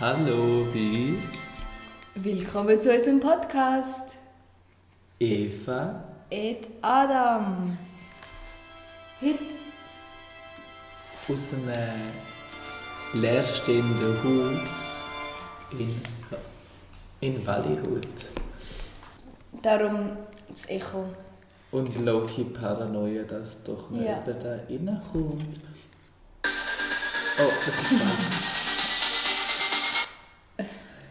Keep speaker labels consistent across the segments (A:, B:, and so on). A: Hallo, Bibi,
B: Willkommen zu unserem Podcast
A: Eva.
B: Ed Adam. Heute
A: Aus einem leerstehenden Haus in, in Wallyhut.
B: darum das Echo.
A: Und Loki Paranoia, dass doch nicht
B: Ja.
A: eben da reinkommt. Oh, das ist spannend.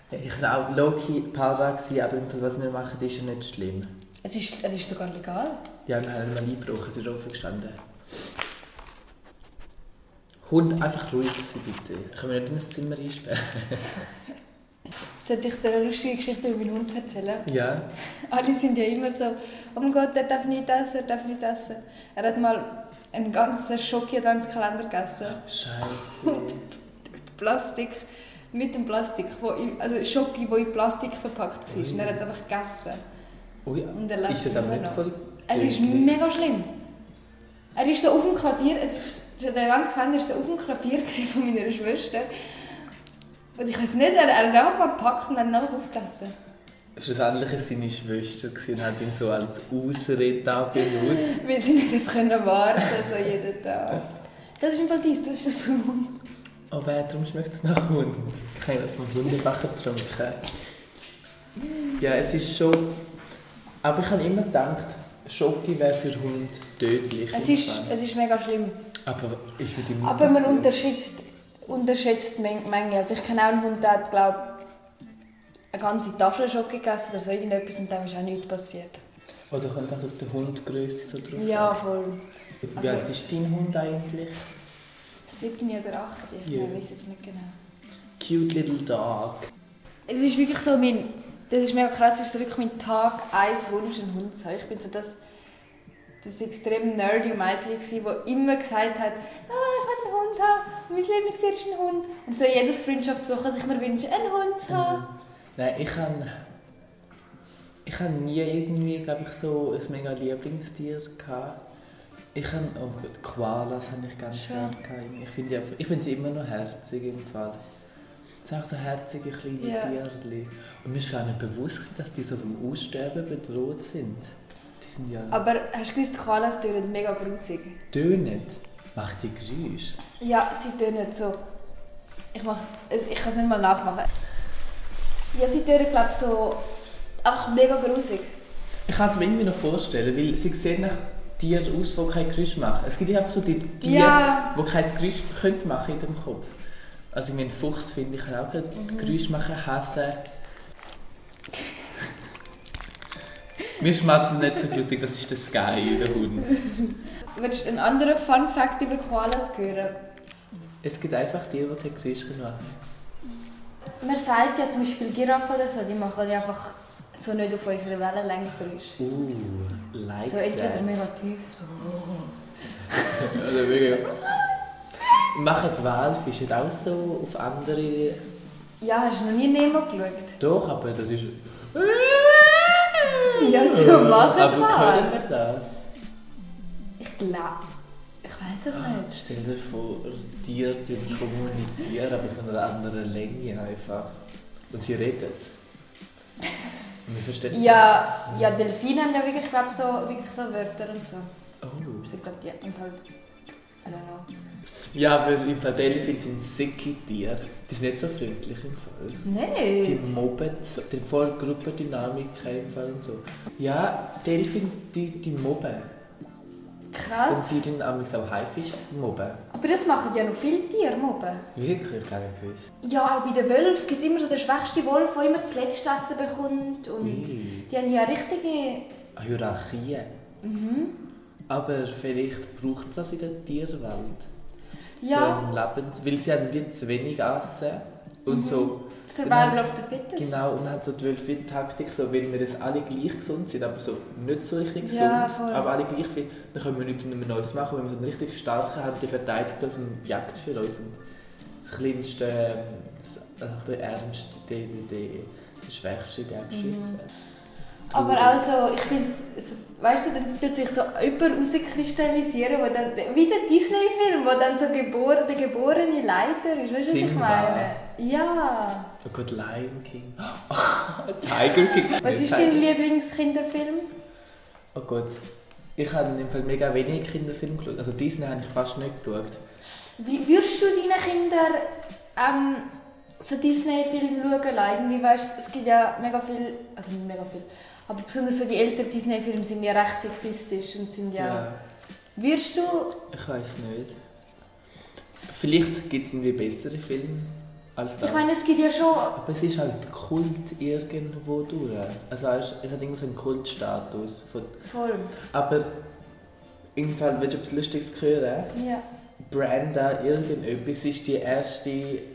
A: Ich war auch Loki Para, gewesen, aber im Fall, was wir machen, ist ja nicht schlimm.
B: Es ist, es ist sogar legal.
A: Ja, wir haben ihn mal eingebrochen, es ist offen gestanden. Hund, einfach ruhig sein, bitte. Können wir nicht in das Zimmer einsperren?
B: Sollte ich dir eine lustige Geschichte über meinen Hund erzählen?
A: Ja.
B: Alle sind ja immer so, oh mein Gott, er darf nicht essen, er darf nicht essen. Er hat mal einen ganzen Schokoladenskalender gegessen.
A: Scheiße.
B: Plastik, mit dem Plastik, wo in, also Schoki, die in Plastik verpackt war. Und er hat es einfach gegessen.
A: Ui,
B: Und er lebt
A: ist das aber
B: immer
A: nicht
B: noch.
A: voll
B: Es ist
A: tödlich?
B: mega schlimm. Er ist so auf dem Klavier, es ist, der ganze Kalender war so auf dem Klavier gewesen von meiner Schwester. Und ich weiß nicht, er, er hat einfach mal gepackt und dann einfach aufgegessen.
A: Schlussendlich war es seine Schwester gewesen und hat ihn so als Ausrede benutzt.
B: Weil sie nicht jetzt können warten so jeden Tag. Das ist im Fall dies, das ist das vom Hund.
A: Aber Oh, darum schmeckt es nach Hund. Ich habe das vom Hundebacher getrunken. Ja, es ist schon... Aber ich habe immer gedacht, Schoki wäre für Hund tödlich.
B: Es
A: im
B: ist,
A: Fall.
B: es ist mega schlimm.
A: Aber ist mit ihm nicht
B: Aber man
A: passiert.
B: unterschätzt, unterschätzt Men- Menge. Also ich kenne auch einen Hund, der hat, glaube eine ganze Tafel Schokolade gegessen oder so irgendetwas und dem ist auch nichts passiert.
A: Oder kommt einfach auf die Hundgröße so drauf
B: Ja,
A: an?
B: voll.
A: Wie
B: also-
A: alt ist dein Hund eigentlich?
B: Sieben oder acht, ich
A: Ja.
B: weiß es nicht genau.
A: Cute little dog.
B: Es ist wirklich so mein, das ist mega krass, es ist so wirklich mein Tag eins Wunsch, einen Hund zu haben. Ich bin so das, das extrem nerdy Mädchen gewesen, wo immer gesagt hat, ah, ich will einen Hund haben, und mein Lieblingstier ist ein Hund. Und so jedes Freundschaftsbuch kann sich mir wünschen, einen Hund zu
A: Mhm.
B: haben.
A: Nein, ich habe... Ich habe nie irgendwie, glaube ich, so ein mega Lieblingstier gehabt. Ich habe... Oh Gott, Koalas habe ich ganz
B: Schön.
A: gerne gehabt. Ich finde die einfach- ich finde sie immer noch herzig im Fall. Es sind auch so herzige kleine
B: Ja.
A: Tierchen. Und mir ist gar nicht bewusst, gewesen, dass die so vom Aussterben bedroht sind. Die sind ja...
B: Aber hast du gewusst, Koalas tönen mega grusig?
A: Tönet. Macht die Geräusche.
B: Ja, sie tönen so. Ich, mach's- es- ich kann es nicht mal nachmachen. Ja, sie tönen, glaube ich, so einfach mega grusig.
A: Ich kann es mir irgendwie noch vorstellen, weil sie sehen nach Tieren aus, die kein Geräusch machen. Es gibt ja einfach so die Tiere,
B: Ja.
A: die kein Geräusch können machen in dem Kopf. Also ich meine, Fuchs finde ich kann auch mhm. Geräusch machen, hassen. Wir schmatzen nicht so gruselig, das ist der Sky, der Hund.
B: Willst du einen anderen Fun Fact über Koalas hören?
A: Es gibt einfach Tiere, die kein Geräusch können machen.
B: Man sagt ja zum Beispiel Giraffen oder so, die machen ja einfach so nicht auf unserer Wellenlänge Geräusch.
A: Uh, like
B: So entweder
A: that.
B: mega tief, so.
A: Also wirklich. Machen Walfische auch so auf andere...
B: Ja, hast du noch nie Nemo geschaut?
A: Doch, aber das ist...
B: Ja, so
A: Äh,
B: machen
A: Aber können
B: mal.
A: wir das?
B: Ich glaube, ich weiß es nicht.
A: Stell dir vor, Tiere die kommunizieren, aber von einer anderen Länge einfach. Und sie reden. Und wir verstehen
B: Ja, ja, Delfine haben ja wirklich, glaub, so, wirklich so Wörter und so.
A: das. Oh.
B: Also ich glaube, die haben halt... I don't know.
A: Ja, aber im Fall Delfin sind sicke Tiere. Die sind nicht so freundlich im Fall. Die
B: Nicht?
A: mobben, so- die voll Gruppendynamik im Fall und so. Ja, Delfin, die, die mobben. Und
B: Krass.
A: die dann auch Haifisch mobben.
B: Aber das machen ja noch viele Tiere, Moben.
A: Wirklich, gar nicht gewusst.
B: Ja, auch bei den Wölfen gibt es immer so den schwächsten Wolf, der immer das letzte Essen bekommt. Und
A: Ih.
B: Die haben ja richtige... mhm,
A: Hierarchien. Aber vielleicht braucht es das in der Tierwelt.
B: Ja,
A: So im Lebens, weil sie haben wie zu wenig Essen
B: Mhm,
A: und so...
B: Survival
A: Genau.
B: of the Fittest.
A: Genau, und hat so die Wölfin-Taktik, so wenn wir jetzt alle gleich gesund sind, aber so nicht so richtig
B: Ja,
A: gesund,
B: voll.
A: aber alle gleich viel, dann können wir nichts mehr Neues machen. Wenn wir so einen richtig starken haben, die verteidigt uns und jagt für uns. Und das kleinste, ähm, das, ach, der ärmste, der, der, der schwächste, der geschissen.
B: Mhm. Aber auch so, ich finde es, so, weißt du, dann tut sich so jemand rauskristallisieren, wo dann, wie der Disney-Film, wo dann so geboren, der geborene Leiter ist, weißt du, was ich
A: Simba.
B: meine? Ja.
A: Oh Gott, Lion King. Tiger King.
B: Was
A: Nein,
B: ist dein
A: Tiger-
B: Lieblingskinderfilm?
A: Oh Gott. Ich habe in dem Fall mega wenige Kinderfilme geschaut. Also Disney habe ich fast nicht geschaut.
B: Wie würdest du deinen Kindern ähm, so Disney-Filme schauen leiden? Wie weißt, es gibt ja mega viel, also nicht mega viel, aber besonders so die älteren Disney-Filme sind ja recht sexistisch und sind ja. Würdest du?
A: Ich weiß nicht. Vielleicht gibt es irgendwie bessere Filme als das.
B: Ich meine, es gibt ja schon.
A: aber es ist halt Kult irgendwo durch. Also weisst du, es hat irgendwie so einen Kultstatus. Von-
B: Voll.
A: Aber im Fall, willst du etwas Lustiges hören?
B: Ja.
A: Brenda irgendetwas ist die erste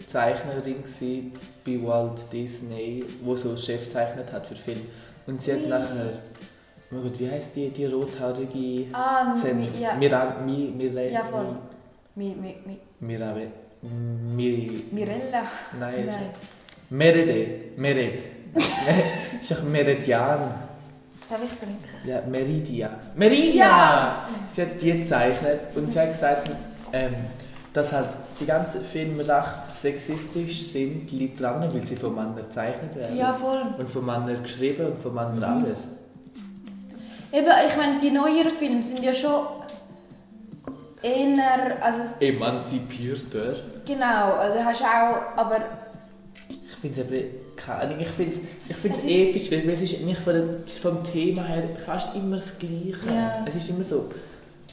A: Zeichnerin gsi bei Walt Disney, wo so Chef gezeichnet hat für Film. Und sie hat
B: Ui.
A: nachher, oh mein Gott, wie heißt die, die rothaarige?
B: Ah, mi,
A: Sen,
B: mi, ja.
A: Mira, mi, Mire,
B: Ja, voll. Mi, mi, mi,
A: Mi, Mirabe, Mi,
B: Mirella.
A: nein,
B: Nein.
A: Merede, Mered. ist doch Meredian.
B: Darf ich trinken?
A: Ja, Meridia. Meridia!
B: Ja!
A: Sie hat die gezeichnet und sie hat gesagt, ähm, dass halt die ganzen Filme recht sexistisch sind, liegt daran, weil sie von Männern gezeichnet werden.
B: Ja, Mhm. voll.
A: Und von Männern geschrieben und von Männern alles.
B: Eben, ich meine, die neueren Filme sind ja schon eher. Also, es-
A: Emanzipierter.
B: genau. Also, hast auch. Aber
A: Ich finde es eben, keine Ahnung, ich finde ich find's
B: Es ist-
A: episch, weil es ist nicht von dem, vom Thema her fast immer das Gleiche.
B: Ja.
A: Es ist immer so,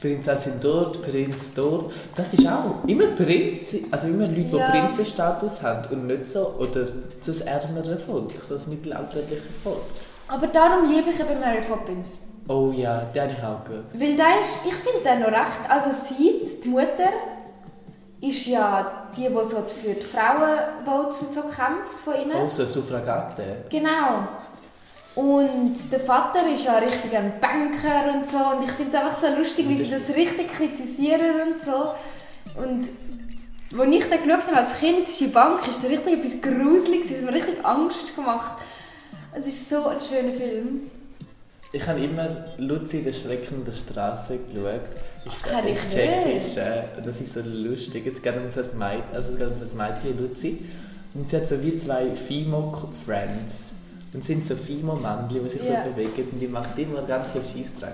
A: Prinzessin dort, Prinz dort. Das ist auch immer Prinz, also immer Leute, die
B: Ja.
A: Prinzenstatus haben und nicht so, oder so das ärmere Volk, so das mittelalterliche Volk.
B: Aber darum liebe ich eben Mary Poppins.
A: Oh ja, den habe ich auch geschaut.
B: Weil der ist, ich finde den noch recht. Also Sid, die Mutter, ist ja die, die so für die Frauenvotes und so kämpft von ihnen.
A: Oh, so eine Suffragette.
B: Genau. Und der Vater ist ja richtig ein Banker und so. Und ich finde es einfach so lustig, wie sie das richtig kritisieren und so. Und als ich dann geschaut habe als Kind, die Bank, ist so richtig etwas Gruseliges, es hat mir richtig Angst gemacht. Es ist so ein schöner Film.
A: Ich habe immer Luzi der Schrecken der Straße geschaut. Ich
B: Kenn ich
A: ich check
B: nicht.
A: ist, äh, das ist so lustig. Es geht um so ein Mädchen, also es geht um so ein Mädchen, Luzi. Und sie hat so wie zwei Fimo-Friends. Und sind so Fimo-Männchen, die sich
B: Ja.
A: so bewegen. Und die macht immer ganz viel Scheissdreck.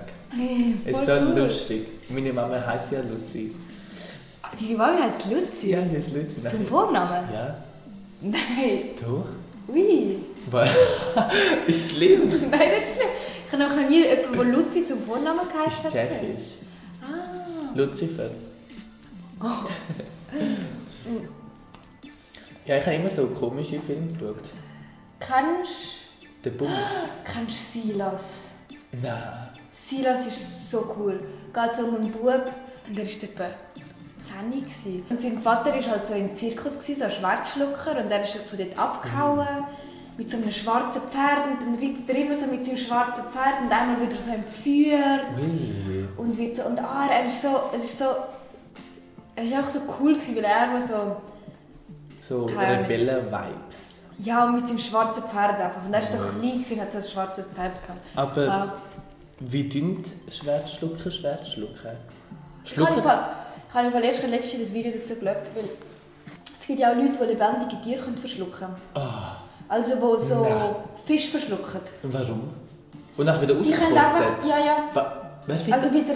A: Es
B: Voll
A: ist so
B: cool.
A: lustig. Meine Mama heißt ja Luzi.
B: Die Mami heißt Luzi.
A: Ja, sie ist Luzi.
B: Zum Vornamen?
A: Ja,
B: Nein.
A: du?
B: Ui.
A: Was? ist schlimm.
B: Nein, nicht schlimm. Ich habe noch nie jemanden, der Luzi zum Vornamen
A: Ist
B: geheißen hat.
A: tschechisch.
B: Ah. Oh.
A: Lucifer. ja, ich habe immer so komische Filme geschaut.
B: Kennst,
A: Der Bumm.
B: kennst Silas?
A: Nein.
B: Silas ist so cool. Geht so um einen Bub und er war etwa 10 gewesen. Und sein Vater war halt so im Zirkus, gewesen, so ein Schwertschlucker und er ist halt von dort abgehauen mit so einem schwarzen Pferd und dann reitet er immer so mit seinem schwarzen Pferd und einmal wieder so entführt
A: Ui.
B: und Witze und ah, er ist so, es ist so, es ist auch so cool gewesen, weil er war so,
A: So
B: Keine.
A: Rebellen-Vibes.
B: ja mit seinem schwarzen Pferd einfach und er ist so klein gewesen, und hat so ein schwarzes Pferd gehabt.
A: Aber
B: Ah.
A: wie dünnt Schwertschlucker Schwertschlucker?
B: Ich habe im
A: Schlucken
B: Fall- ich habe im Fall erst gerade letztens das Video dazu geschaut, weil es gibt ja auch Leute, die lebendige Tiere können verschlucken
A: Ah,
B: Also die so
A: Nein.
B: Fisch verschlucken.
A: und warum? Und dann wieder
B: Die können einfach,
A: rausgekommen.
B: ja, ja,
A: Wer findet
B: Also wieder,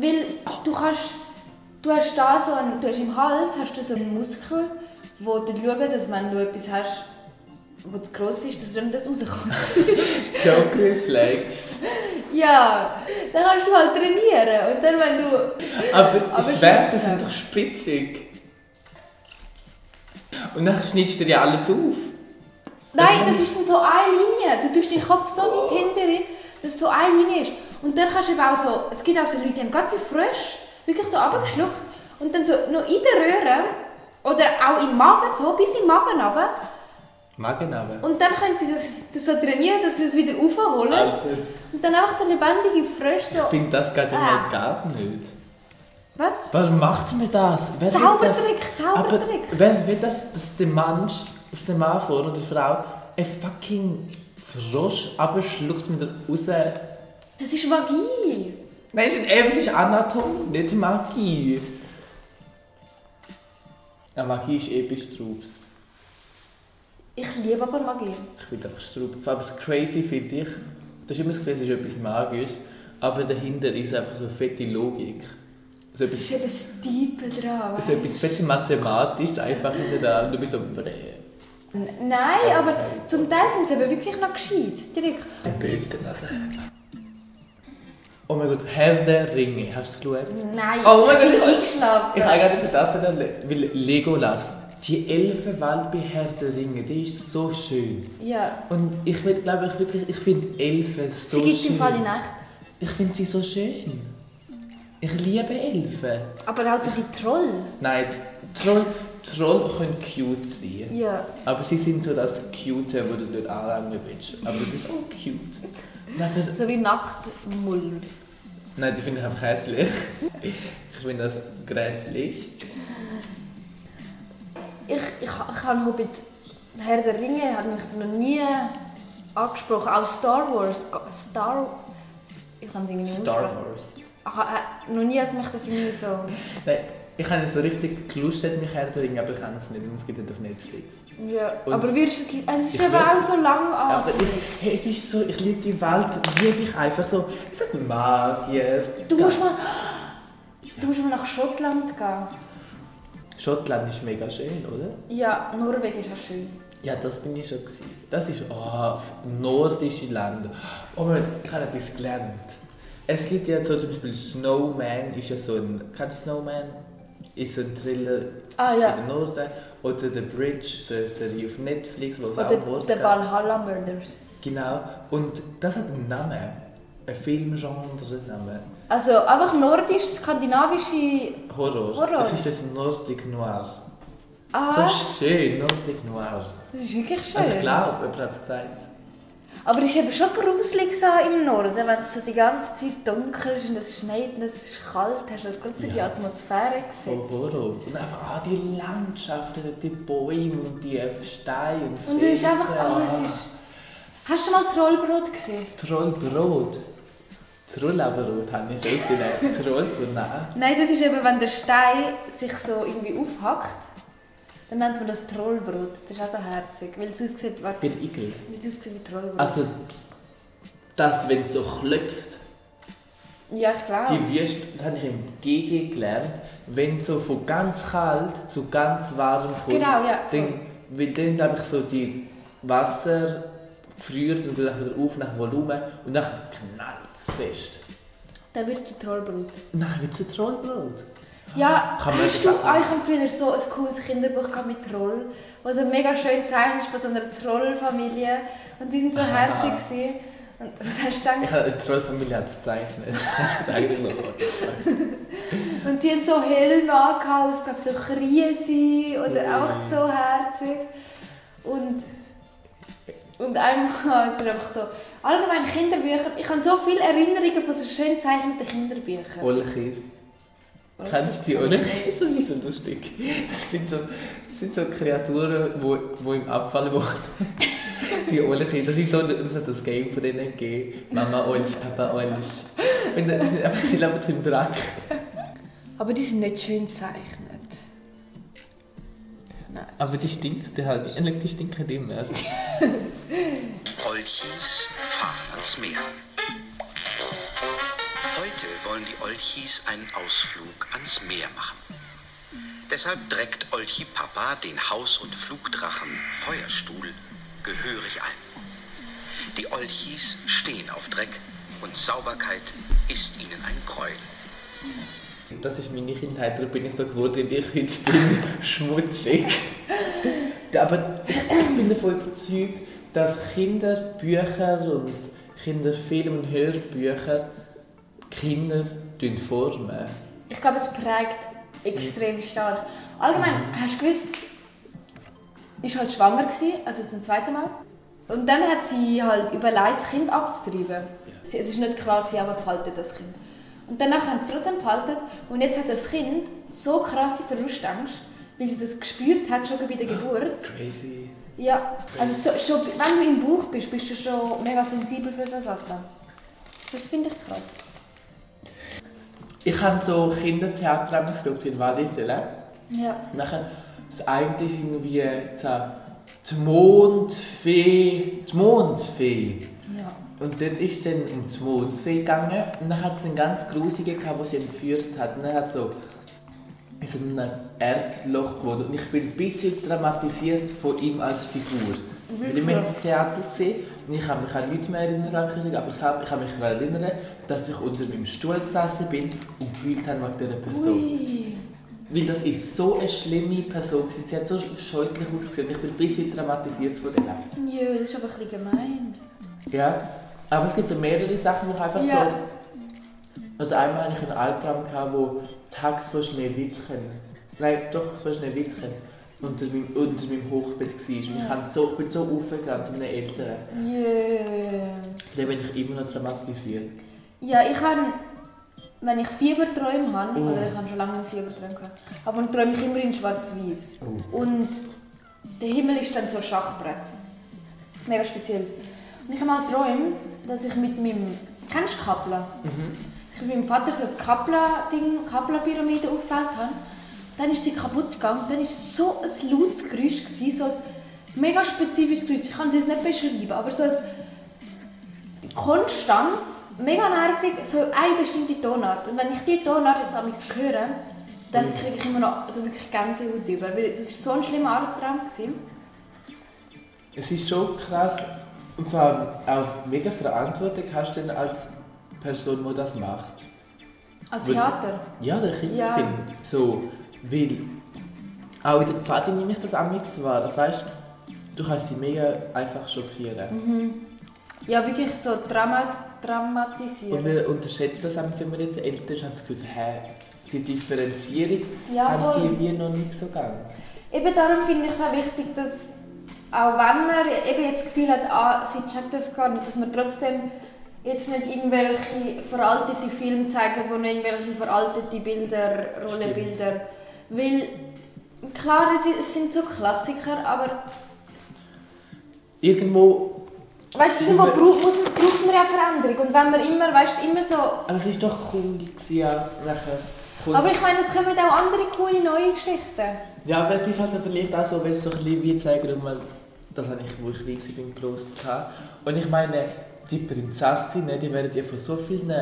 B: weil du kannst, du hast da so einen, du hast im Hals hast du so einen Muskel, wo du schauen, dass wenn du etwas hast, wo zu gross ist, dass du dann das rauskommst.
A: Joke Reflex.
B: ja, dann kannst du halt trainieren und dann wenn du,
A: Aber,
B: Aber
A: Schwerter
B: Schlucken.
A: sind doch spitzig. Und dann schneidest du dir ja alles auf.
B: nein, das ist dann so eine Linie, du tust deinen Kopf so weit hinterher, dass es so eine Linie ist und dann kannst du eben auch so, es gibt auch so Leute, die haben ganz so frisch, wirklich so abgeschluckt und dann so noch in der Röhre oder auch im Magen so, bis im Magen runter,
A: Magen aber.
B: Und dann können sie das, das so trainieren, dass sie es wieder aufholen.
A: Alter.
B: Und dann einfach so lebendige Frösche so.
A: Ich finde, das geht
B: Ah.
A: halt gar nicht.
B: Was?
A: Wer macht mir das? Wer will
B: Zaubertrick, Zaubertrick.
A: Aber wer will das, dass der Mensch, dass der Mann vor oder die Frau ein fucking Frosch abschluckt mit der raus.
B: Das ist Magie.
A: Nein, eben, es ist Anatomie, nicht Magie. Ja, Magie ist episch Straubs.
B: Ich liebe aber Magie.
A: Ich finde einfach Straub. Vor allem das Crazy finde ich, du hast immer das Gefühl, es ist etwas Magisches, aber dahinter ist einfach so eine fette Logik. So
B: Es
A: etwas
B: ist etwas Tiefen dran.
A: Das ist etwas fett mathematisch, einfach in der Du bist so, bäh,
B: Nein, aber zum Teil sind sie eben wirklich noch gescheit. Direkt.
A: der Böten. Also. Oh mein Gott, Herr der Ringe, hast du geschaut?
B: Nein,
A: Oh mein
B: ich bin
A: Gott.
B: eingeschlafen.
A: Ich habe gerade über das gedacht, weil Legolas, die Elfenwelt bei Herr der Ringe, die ist so schön.
B: ja.
A: Und ich will, glaube ich, wirklich, ich finde Elfen so
B: Sie gibt es
A: schön.
B: im Fall in Nacht.
A: ich finde sie so schön. Ich liebe Elfen.
B: Aber auch so die Troll.
A: Nein, Troll, Troll können cute sein.
B: Ja.
A: Aber sie sind so das Cute, wo du nicht anlangen willst. Aber du bist auch cute. Nachher,
B: So wie Nachtmull.
A: nein, die finde ich einfach hässlich. Ich finde das grässlich.
B: Ich, ich, ich habe Hobbit Herr der Ringe hat mich noch nie angesprochen. Auch Star Wars. Star Ich kann es irgendwie nicht
A: Star
B: aussprechen.
A: Wars.
B: Ah, äh, Noch nie hat mich das irgendwie so.
A: Nein, ich habe es so richtig gelustet, mich herzulegen, aber ich kann es nicht, und es gibt es auf Netflix.
B: Ja.
A: Und
B: aber würdest es. Es ist
A: ich
B: eben auch
A: lieb's.
B: so lang an.
A: Aber ich, hey, es ist so, ich liebe die Welt, liebe ich einfach so. Es hat Magier.
B: Du musst mal. Du musst mal nach Schottland gehen.
A: Schottland ist mega schön, oder?
B: Ja, Norwegen ist auch schön.
A: Ja, das bin ich schon. Gewesen. Das ist oh, nordische Länder. Oh mein, ich habe etwas gelernt. Es gibt ja so zum Beispiel Snowman ist ja so ein. Kennst du Snowman? Ist ein Thriller
B: Ah
A: in
B: ja.
A: den Norden. Oder The Bridge, so eine Serie auf Netflix, wo es auch
B: Oder
A: Mord
B: der
A: gibt.
B: Valhalla Murders.
A: Genau. Und das hat einen Namen. Ein Filmgenre-Name.
B: Also einfach nordisch, skandinavische.
A: Horror.
B: Horror.
A: Es ist ein Nordic Noir.
B: Ah,
A: So schön, Nordic Noir.
B: das ist wirklich schön.
A: Also ich glaube, jemand hat es gesagt.
B: Aber es ist eben schon gruselig so im Norden, wenn es so die ganze Zeit dunkel ist und es schneit und es ist kalt, hast du gerade so die
A: Ja.
B: Atmosphäre
A: Voll
B: gesetzt.
A: Horror. Und einfach ah, die Landschaften, die Bäume und die Steine und
B: Und es ist
A: Felsen.
B: einfach, oh, es ist... Hast du schon mal Trollbrot gesehen?
A: Trollbrot. Trollabrot habe ich schon genannt. Trollbrot, nein.
B: Nein, das ist eben, wenn der Stein sich so irgendwie aufhackt, dann nennt man das Trollbrot. Das ist auch so herzig, weil es aussieht, warte,
A: Bin Igel.
B: weil es aussieht wie Trollbrot.
A: Also, das, wenn es so klopft.
B: ja, ich glaube.
A: Die Würste, das habe ich im GG gelernt, wenn so von ganz kalt zu ganz warm kommt,
B: Genau, ja, voll.
A: dann, weil dann glaube ich so die Wasser friert und dann wieder auf nach Volumen und dann knallt es fest.
B: Dann wirst du Trollbrot.
A: Und dann wird es ein Trollbrot.
B: Ja,
A: Kann man
B: hast
A: das
B: du,
A: auch machen?
B: ah, ich habe früher so ein cooles Kinderbuch gehabt mit Troll, was so mega schön gezeigt ist von so einer Trollfamilie und die sind
A: Ah.
B: so herzig gewesen. Und was hast du
A: Ich
B: gedacht?
A: habe eine Trollfamilie hat's gezeichnet. Das ist eigentlich noch gut.
B: Und sie haben so Helm angehabt, es gab so Krise oder
A: Mhm.
B: auch so herzig. Und, und einmal sind einfach so, allgemein Kinderbücher, ich habe so viele Erinnerungen von so schön gezeichneten Kinderbüchern.
A: Olchis. Kennst du die Olchis? Das ist so lustig. Das sind so, das sind so Kreaturen, die wo, wo im Abfall wohnen. Die Olchis. Das ist so das, hat das Game von denen gegeben. Mama Olch, Papa Olch. Und dann sind einfach die leben im Dreck.
B: Aber die sind nicht schön gezeichnet. Nein.
A: Aber die stinken halt. Ehrlich, die stinken immer.
C: Olchis fahren ans Meer. Heute wollen die Olchis einen Ausflug ans Meer machen. Deshalb dreckt Olchi Papa den Haus- und Flugdrachen Feuerstuhl gehörig ein. Die Olchis stehen auf Dreck und Sauberkeit ist ihnen ein Gräuel.
A: Das ist meine Kindheit, darum bin ich so geworden, wie ich heute bin, schmutzig. Aber ich bin davon überzeugt, dass Kinderbücher und Kinderfilme und Hörbücher Kinder formen.
B: Ich glaube, es prägt extrem stark. Allgemein, hast du gewusst, ist halt schwanger gewesen, also zum zweiten Mal. Und dann hat sie halt überlegt, das Kind abzutreiben. Sie, es ist nicht klar, sie haben behalten das Kind. Und danach haben sie trotzdem behalten. Und jetzt hat das Kind so krasse Verlustangst, weil sie das gespürt hat schon bei der Geburt.
A: Crazy.
B: Ja, also so, schon, wenn du im Bauch bist, bist du schon mega sensibel für so Sachen. Das finde ich krass.
A: Ich habe so Kindertheater geschaut in Wallisele.
B: Ja.
A: Nachher, das eine ist irgendwie so, die Mondfee, die Mondfee.
B: Ja.
A: Und dort ist dann um die Mondfee gegangen und dann hat es einen ganz grusigen gehabt, der sie entführt hat. Und er hat so in so einem Erdloch gewohnt. Und ich bin bis heute traumatisiert von ihm als Figur. Weil ich habe das Theater gesehen und ich kann mich an nichts mehr erinnern, eigentlich, aber ich kann, ich kann mich daran erinnern, dass ich unter meinem Stuhl gesessen bin und geheult habe wegen dieser Person.
B: Ui.
A: Weil das ist so eine schlimme Person. gewesen. Sie hat so scheußlich ausgesehen. Ich bin bis heute traumatisiert von der.
B: Ja, das ist aber ein bisschen gemein.
A: Ja. Aber es gibt so mehrere Sachen, die einfach
B: Ja.
A: so. Und einmal hatte ich einen Albtraum, gehabt, wo tags vor Schneewittchen. Nein, doch vor Schneewittchen. Unter meinem, unter meinem Hochbett war. Und ich, hab so, ich bin so aufgegangen zu meinen Eltern.
B: Yeah.
A: Von dem bin ich immer noch traumatisiert.
B: Ja, ich kann, wenn ich Fieberträume habe,
A: Mm.
B: oder ich habe schon lange einen Fiebertraum gehabt, aber dann träume ich immer in schwarz-weiß. Und der Himmel ist dann so ein Schachbrett. Mega speziell. Und ich habe mal geträumt, dass ich mit meinem... Kennst du Kappler? Ich habe mit meinem Vater so ein Kappler-Ding, Kappler-Pyramide aufgebaut. Habe. Dann ist sie kaputt gegangen. Dann war so ein lautes Geräusch, gewesen, so ein mega spezifisches Geräusch. Ich kann es jetzt nicht beschreiben, aber so ein konstant, mega nervig, so eine bestimmte Tonart. Und wenn ich diese Tonart jetzt am liebsten höre, dann kriege ich immer noch so wirklich Gänsehaut über, weil das ist so ein schlimmer Albtraum gewesen.
A: Es ist schon krass. Und vor allem auch mega Verantwortung hast du dann als Person, die das macht.
B: Als
A: Weil-
B: Theater.
A: Ja, der Kinderfilm.
B: Ja.
A: So, weil auch in der Pfade nehme ich das auch nichts wahr. Das heißt, du kannst sie mega einfach
B: Mhm.
A: schockieren.
B: Ja, wirklich so drama
A: Und
B: dramatisieren.
A: wir unterschätzen das, auch, wenn wir jetzt älter sind, haben das Gefühl, so, hä, die Differenzierung
B: Ja,
A: haben
B: voll.
A: die wir noch nicht so ganz.
B: Eben darum finde ich es auch wichtig, dass auch wenn man eben jetzt das Gefühl hat, ah, sie checkt das gar nicht, dass man trotzdem jetzt nicht irgendwelche veraltete Filme zeigt, wo noch irgendwelche veraltete Bilder, Rollenbilder. Weil klar, es, es sind so Klassiker, aber
A: Irgendwo,
B: weißt, irgendwo braucht, muss, man- braucht man ja Veränderung. Und wenn man immer, weißt, immer so
A: also es ist doch cool gewesen, ja, nachher. kommt-
B: Aber ich meine, es kommen auch andere coole neue Geschichten.
A: Ja, aber es ist also vielleicht auch so, wenn es so ein bisschen wie zeigen, und mal, das habe ich, wo ich riesig bin, gross gehabt. Und ich meine, die Prinzessinnen, die werden ja von so vielen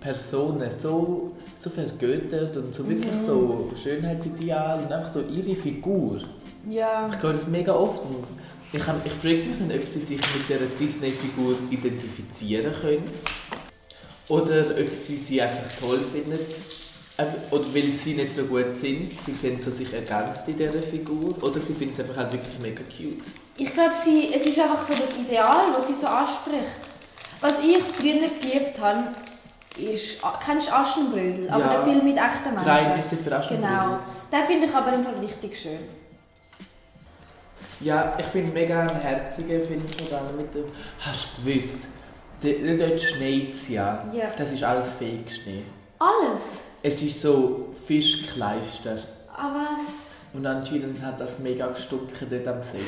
A: Personen so, so vergöttert und so wirklich so Schönheitsideal und einfach so ihre Figur.
B: Ja.
A: Ich höre das mega oft und ich, hab- ich frage mich dann, ob sie sich mit dieser Disney-Figur identifizieren können oder ob sie sie einfach toll finden. Also, Oder weil sie nicht so gut sind, sie sehen so sich ergänzt in dieser Figur oder sie finden es einfach halt wirklich mega cute.
B: Ich glaube, sie, es ist einfach so das Ideal, das sie so anspricht. Was ich früher geliebt habe, ist, ah, kennst du Aschenbrödel? Aber
A: Ja.
B: der Film mit echten Menschen.
A: Drei Nüsse für Aschenbrödel.
B: Genau. Den finde ich aber im Fall richtig schön.
A: Ja, ich bin mega ein herziger Film von denen mit dem... Hast du gewusst, der- dort schneit es ja.
B: Ja.
A: Das ist alles Fake-Schnee.
B: Alles.
A: Es ist so Fischkleister.
B: Ah, was?
A: Und anscheinend hat das mega gestuckt dort am Set,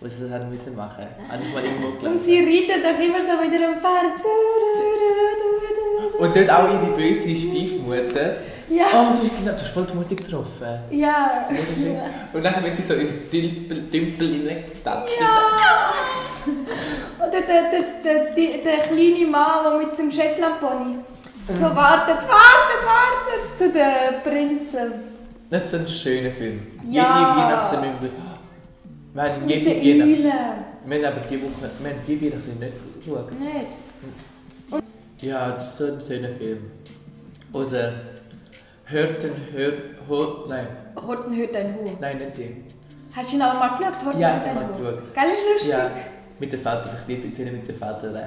A: wo sie das haben müssen machen. Habe ich mal irgendwo
B: Und sie
A: gelesen.
B: reiten doch immer so mit ihrem Pferd. Du, du, du, du, du.
A: Und dort auch ihre böse Stiefmutter.
B: Ja.
A: Oh, du hast, genau, du hast voll die Musik getroffen.
B: Ja.
A: Mega schön. Und dann wird sie so in den Dümpel, Dümpel reingetatscht.
B: Ja! Oder der, der, der, der, der kleine Mann, der mit seinem Shetland-Pony so
A: Mhm.
B: wartet, wartet, wartet zu den Prinzen.
A: Das ist so ein schöner Film. Jede
B: Ja.
A: Weihnachten müssen wir... Wir haben
B: Mit
A: jede
B: den
A: Weihnachten...
B: Eulen.
A: Wir haben aber die Woche... Wir haben die Weihnachten nicht geschaut.
B: Nicht?
A: Ja, das ist so ein schöner Film. Oder... Hört den... Hört... Hört... Nein.
B: Horten hört ein Huhn.
A: Nein, nicht die.
B: Hast du ihn auch mal geschaut? Horten
A: Ja,
B: hört
A: ich hab
B: ein
A: mal
B: Huhn.
A: geschaut.
B: Gell, ist lustig?
A: Ja, mit der Vater, ich liebe Szene mit der Vater. äh.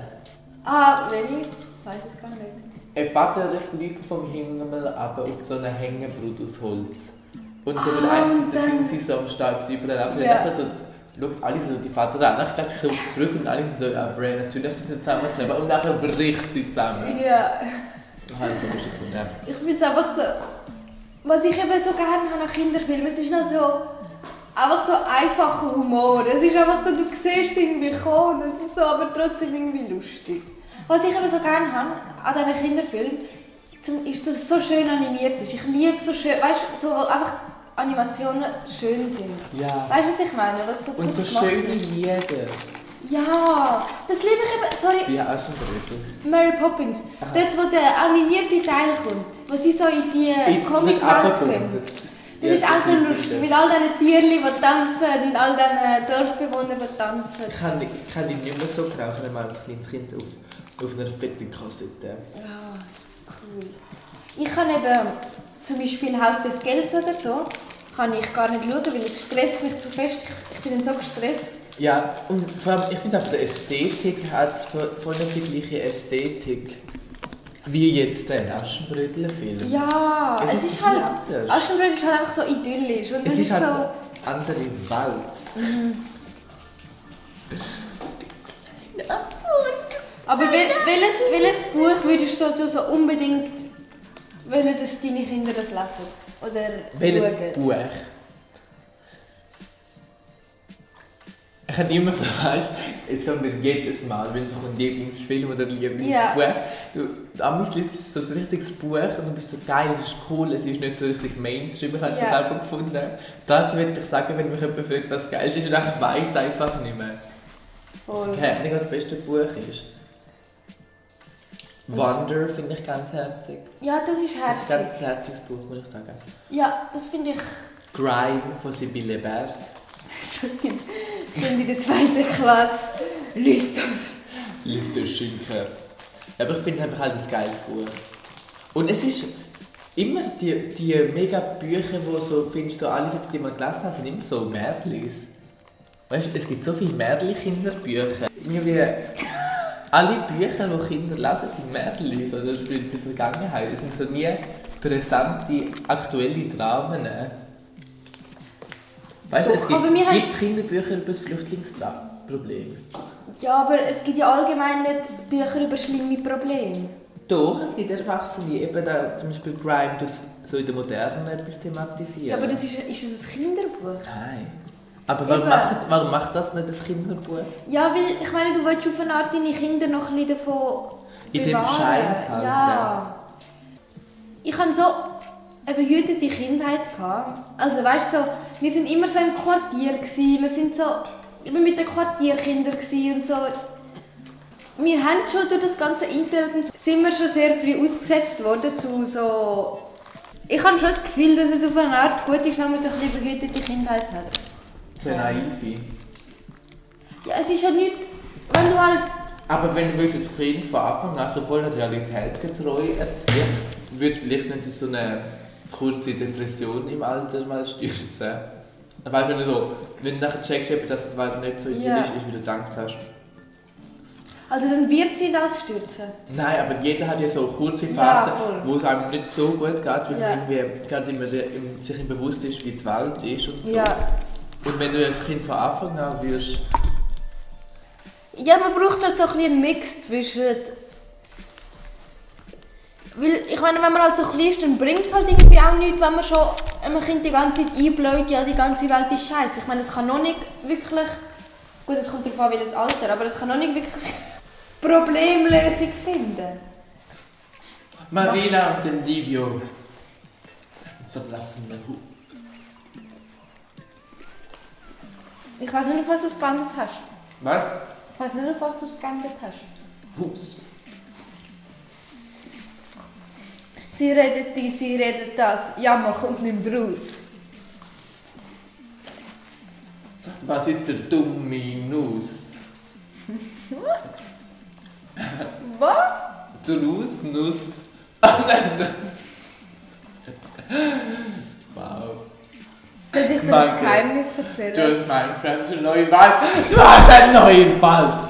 B: Ah, welche? Ich weiß es gar nicht.
A: Ein Vater der fliegt vom Himmel ab auf so eine Hängebrut aus Holz. Und so mit
B: Ah,
A: einem
B: und
A: da sind
B: dann-
A: sie so am Stab, sie überall ab. Und
B: Ja.
A: dann nachher so, schaut alle so die Vater an, nachher geht sie so auf die Brücke und alle sind so, ja, Bray, natürlich sind sie zusammengekommen. Und nachher bricht sie zusammen.
B: Ja.
A: Ich habe so lustig gefunden. ja.
B: Ich finde es einfach so. Was ich eben so gerne habe an Kinderfilmen, es ist noch so. einfach so einfacher Humor. Es ist einfach so, du siehst es irgendwie kommen und es ist so, aber trotzdem irgendwie lustig. Was ich immer so gerne habe an diesen Kinderfilmen, zum, ist, dass es so schön animiert ist. Ich liebe so schön, weißt du, so, wo einfach Animationen schön sind.
A: Ja.
B: Weißt du, was ich meine? Was so
A: Und
B: gut
A: so
B: gemacht
A: schöne
B: ist.
A: Lieder.
B: Ja, das liebe ich immer. Sorry,
A: Ja, auch schon berührt.
B: Mary Poppins. Dort, wo der animierte Teil kommt, wo sie so in die Comic-Welt gehen. Das ist auch so lustig, mit all diesen Tieren, die tanzen und all diesen äh, Dorfbewohnern, die tanzen.
A: Ich kann, ich kann die nicht mehr so genau, ich habe mal als kleines Kind auf, auf einer fetten Kassette.
B: Ja, cool. Ich kann eben zum Beispiel Haus des Geldes oder so, kann ich gar nicht schauen, weil es stresst mich zu fest. Ich, ich bin dann so gestresst.
A: Ja, und vor allem, ich finde auch von der Ästhetik hat es voll nicht die gleiche Ästhetik wie jetzt der Aschenbrödel-Film.
B: Ja,
A: Es
B: es,
A: ist
B: ist, halt...
A: anders.
B: Aschenbrödel ist halt einfach so idyllisch und
A: es
B: das
A: ist
B: ist,
A: halt
B: so...
A: so eine andere Welt.
B: Aber wel, welches, welches Buch würdest du also so, so unbedingt wollen, dass deine Kinder das lesen? Oder
A: Welches
B: schauen?
A: Buch? Ich habe immer so, weißt jetzt kommt mir jedes Mal, wenn es kommt, Lieblingsfilm oder Lieblingsbuch.
B: Ja.
A: Du, damals liest du so ein richtiges Buch und du bist so geil, es ist cool, es ist nicht so richtig Mainstream, ich habe es
B: Ja.
A: selber gefunden. Das würde ich sagen, wenn mich jemand fragt, was geil ist, und ich weiß einfach nicht mehr.
B: Voll.
A: Ich habe nicht, was das beste Buch ist. Wonder finde ich ganz herzig.
B: Ja, das ist
A: Das ist ein
B: herzig.
A: ganz herziges Buch, muss ich sagen.
B: Ja, das finde ich...
A: Grime von Sibylle Berg.
B: Sind in der zweiten Klasse. Lies das.
A: Liste Schinken. Aber ich finde es einfach halt ein geiles Buch. Und es ist immer die, die mega Bücher, wo so, findest du, so alle Seiten, die man gelesen hat, sind immer so Märlis. Weißt du, es gibt so viele Märli-Kinderbücher. Irgendwie alle Bücher, die Kinder lesen, sind Märlis oder spielen in der Vergangenheit. Es sind so nie präsente, aktuelle Dramen. Weißt du,
B: Doch,
A: es
B: aber
A: gibt,
B: wir haben-
A: gibt Kinderbücher über das Flüchtlingsproblem.
B: Ja, aber es gibt ja allgemein nicht Bücher über schlimme Probleme.
A: Doch, es gibt Erwachsene, die eben da, zum Beispiel Crime tut so in der Moderne etwas thematisieren.
B: Ja, aber das ist, ist es ein Kinderbuch?
A: Nein. Aber warum
B: Eben.
A: macht, warum macht das nicht das Kinderbuch?
B: Ja, weil ich meine, du willst auf eine Art deine Kinder noch ein bisschen davon
A: In dem
B: bewahren.
A: Schein halt, ja.
B: ja. Ich hatte so eine behütete Kindheit. Gehabt. Also weißt du, so, wir sind immer so im Quartier. Gewesen. Wir sind so immer mit den Quartierkindern gewesen und so. Wir haben schon durch das ganze Internet und so, sind wir schon sehr früh ausgesetzt worden zu so... Ich habe schon das Gefühl, dass es auf eine Art gut ist, wenn man so eine behütete Kindheit hat.
A: So naiv.
B: Ja, es ist ja nichts, wenn du halt
A: Aber wenn du wirklich das Kind von Anfang an so voll realitätsgetreu erziehst, würde vielleicht nicht in so eine kurze Depression im Alter mal stürzen. Weißt du, wenn du so, wenn du nachher checkst, eben, dass es weißt, nicht so
B: Ja.
A: yeah. ist, wie du gedacht hast.
B: Also dann wird sie das stürzen.
A: Nein, aber jeder hat ja so kurze
B: Ja,
A: Phasen,
B: voll.
A: wo es einem nicht so gut geht, weil
B: Ja.
A: man irgendwie ganz immer re- im- sich im bewusst ist, wie die Welt ist und so.
B: Ja.
A: Und wenn du als Kind von Anfang an wirst,
B: Ja, man braucht halt so ein bisschen einen Mix zwischen. Weil ich meine, wenn man halt so klein ist, dann bringt es halt irgendwie auch nichts, wenn man schon einem Kind die ganze Zeit einbläut, ja, die ganze Welt ist scheiße. Ich meine, es kann noch nicht wirklich. Gut, es kommt darauf an, welches Alter, aber es kann noch nicht wirklich Problemlösung finden.
A: Marina und den Livio verlassen den Haus.
B: Ich weiß nicht, auf was du es geändert hast.
A: Was?
B: Ich weiß nicht, auf was du es geändert hast.
A: Haus.
B: Sie redet dies, sie redet das. Ja, man kommt nicht mehr raus.
A: Was ist für dumme Nuss?
B: Was?
A: Drus, Nuss. Ah, nein, nein. Wow.
B: Soll ich dir
A: Danke.
B: das Geheimnis erzählen?
A: Durch Minecraft ist ein neuer Wald. Du hast einen neuen Wald.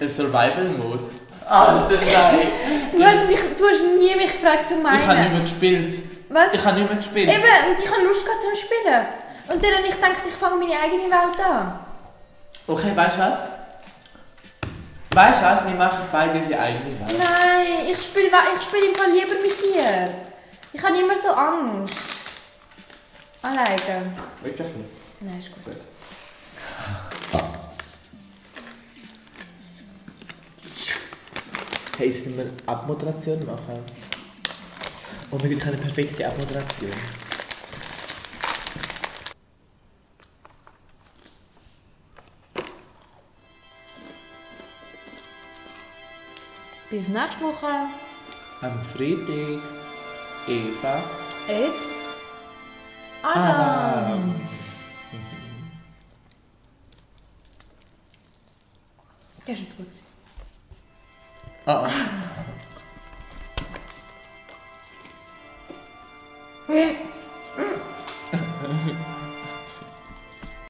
A: Der Survival-Mode. Alter, nein.
B: Du hast, mich, du hast nie mich gefragt zu meinen.
A: Ich habe nicht mehr gespielt.
B: Was?
A: Ich habe nicht mehr gespielt.
B: Eben, und ich habe Lust gehabt zum Spielen. Und dann habe ich gedacht, ich fange meine eigene Welt an.
A: Okay, weißt du was? Weißt du was? Wir machen beide die eigene Welt.
B: Nein, ich spiele ich spiel im Fall lieber mit dir. Ich habe immer so Angst. Alleine. Genau.
A: Wirklich? nicht.
B: Nein, ist gut.
D: Gut.
A: Hey, sollen wir Abmoderation machen? Oh mein Gott, ich habe eine perfekte Abmoderation.
B: Bis nächste Woche.
A: Am Freitag, Eva.
B: Ed. Adam.
A: Adam.
B: Der ist jetzt gut. gewesen.
A: Ah, ah.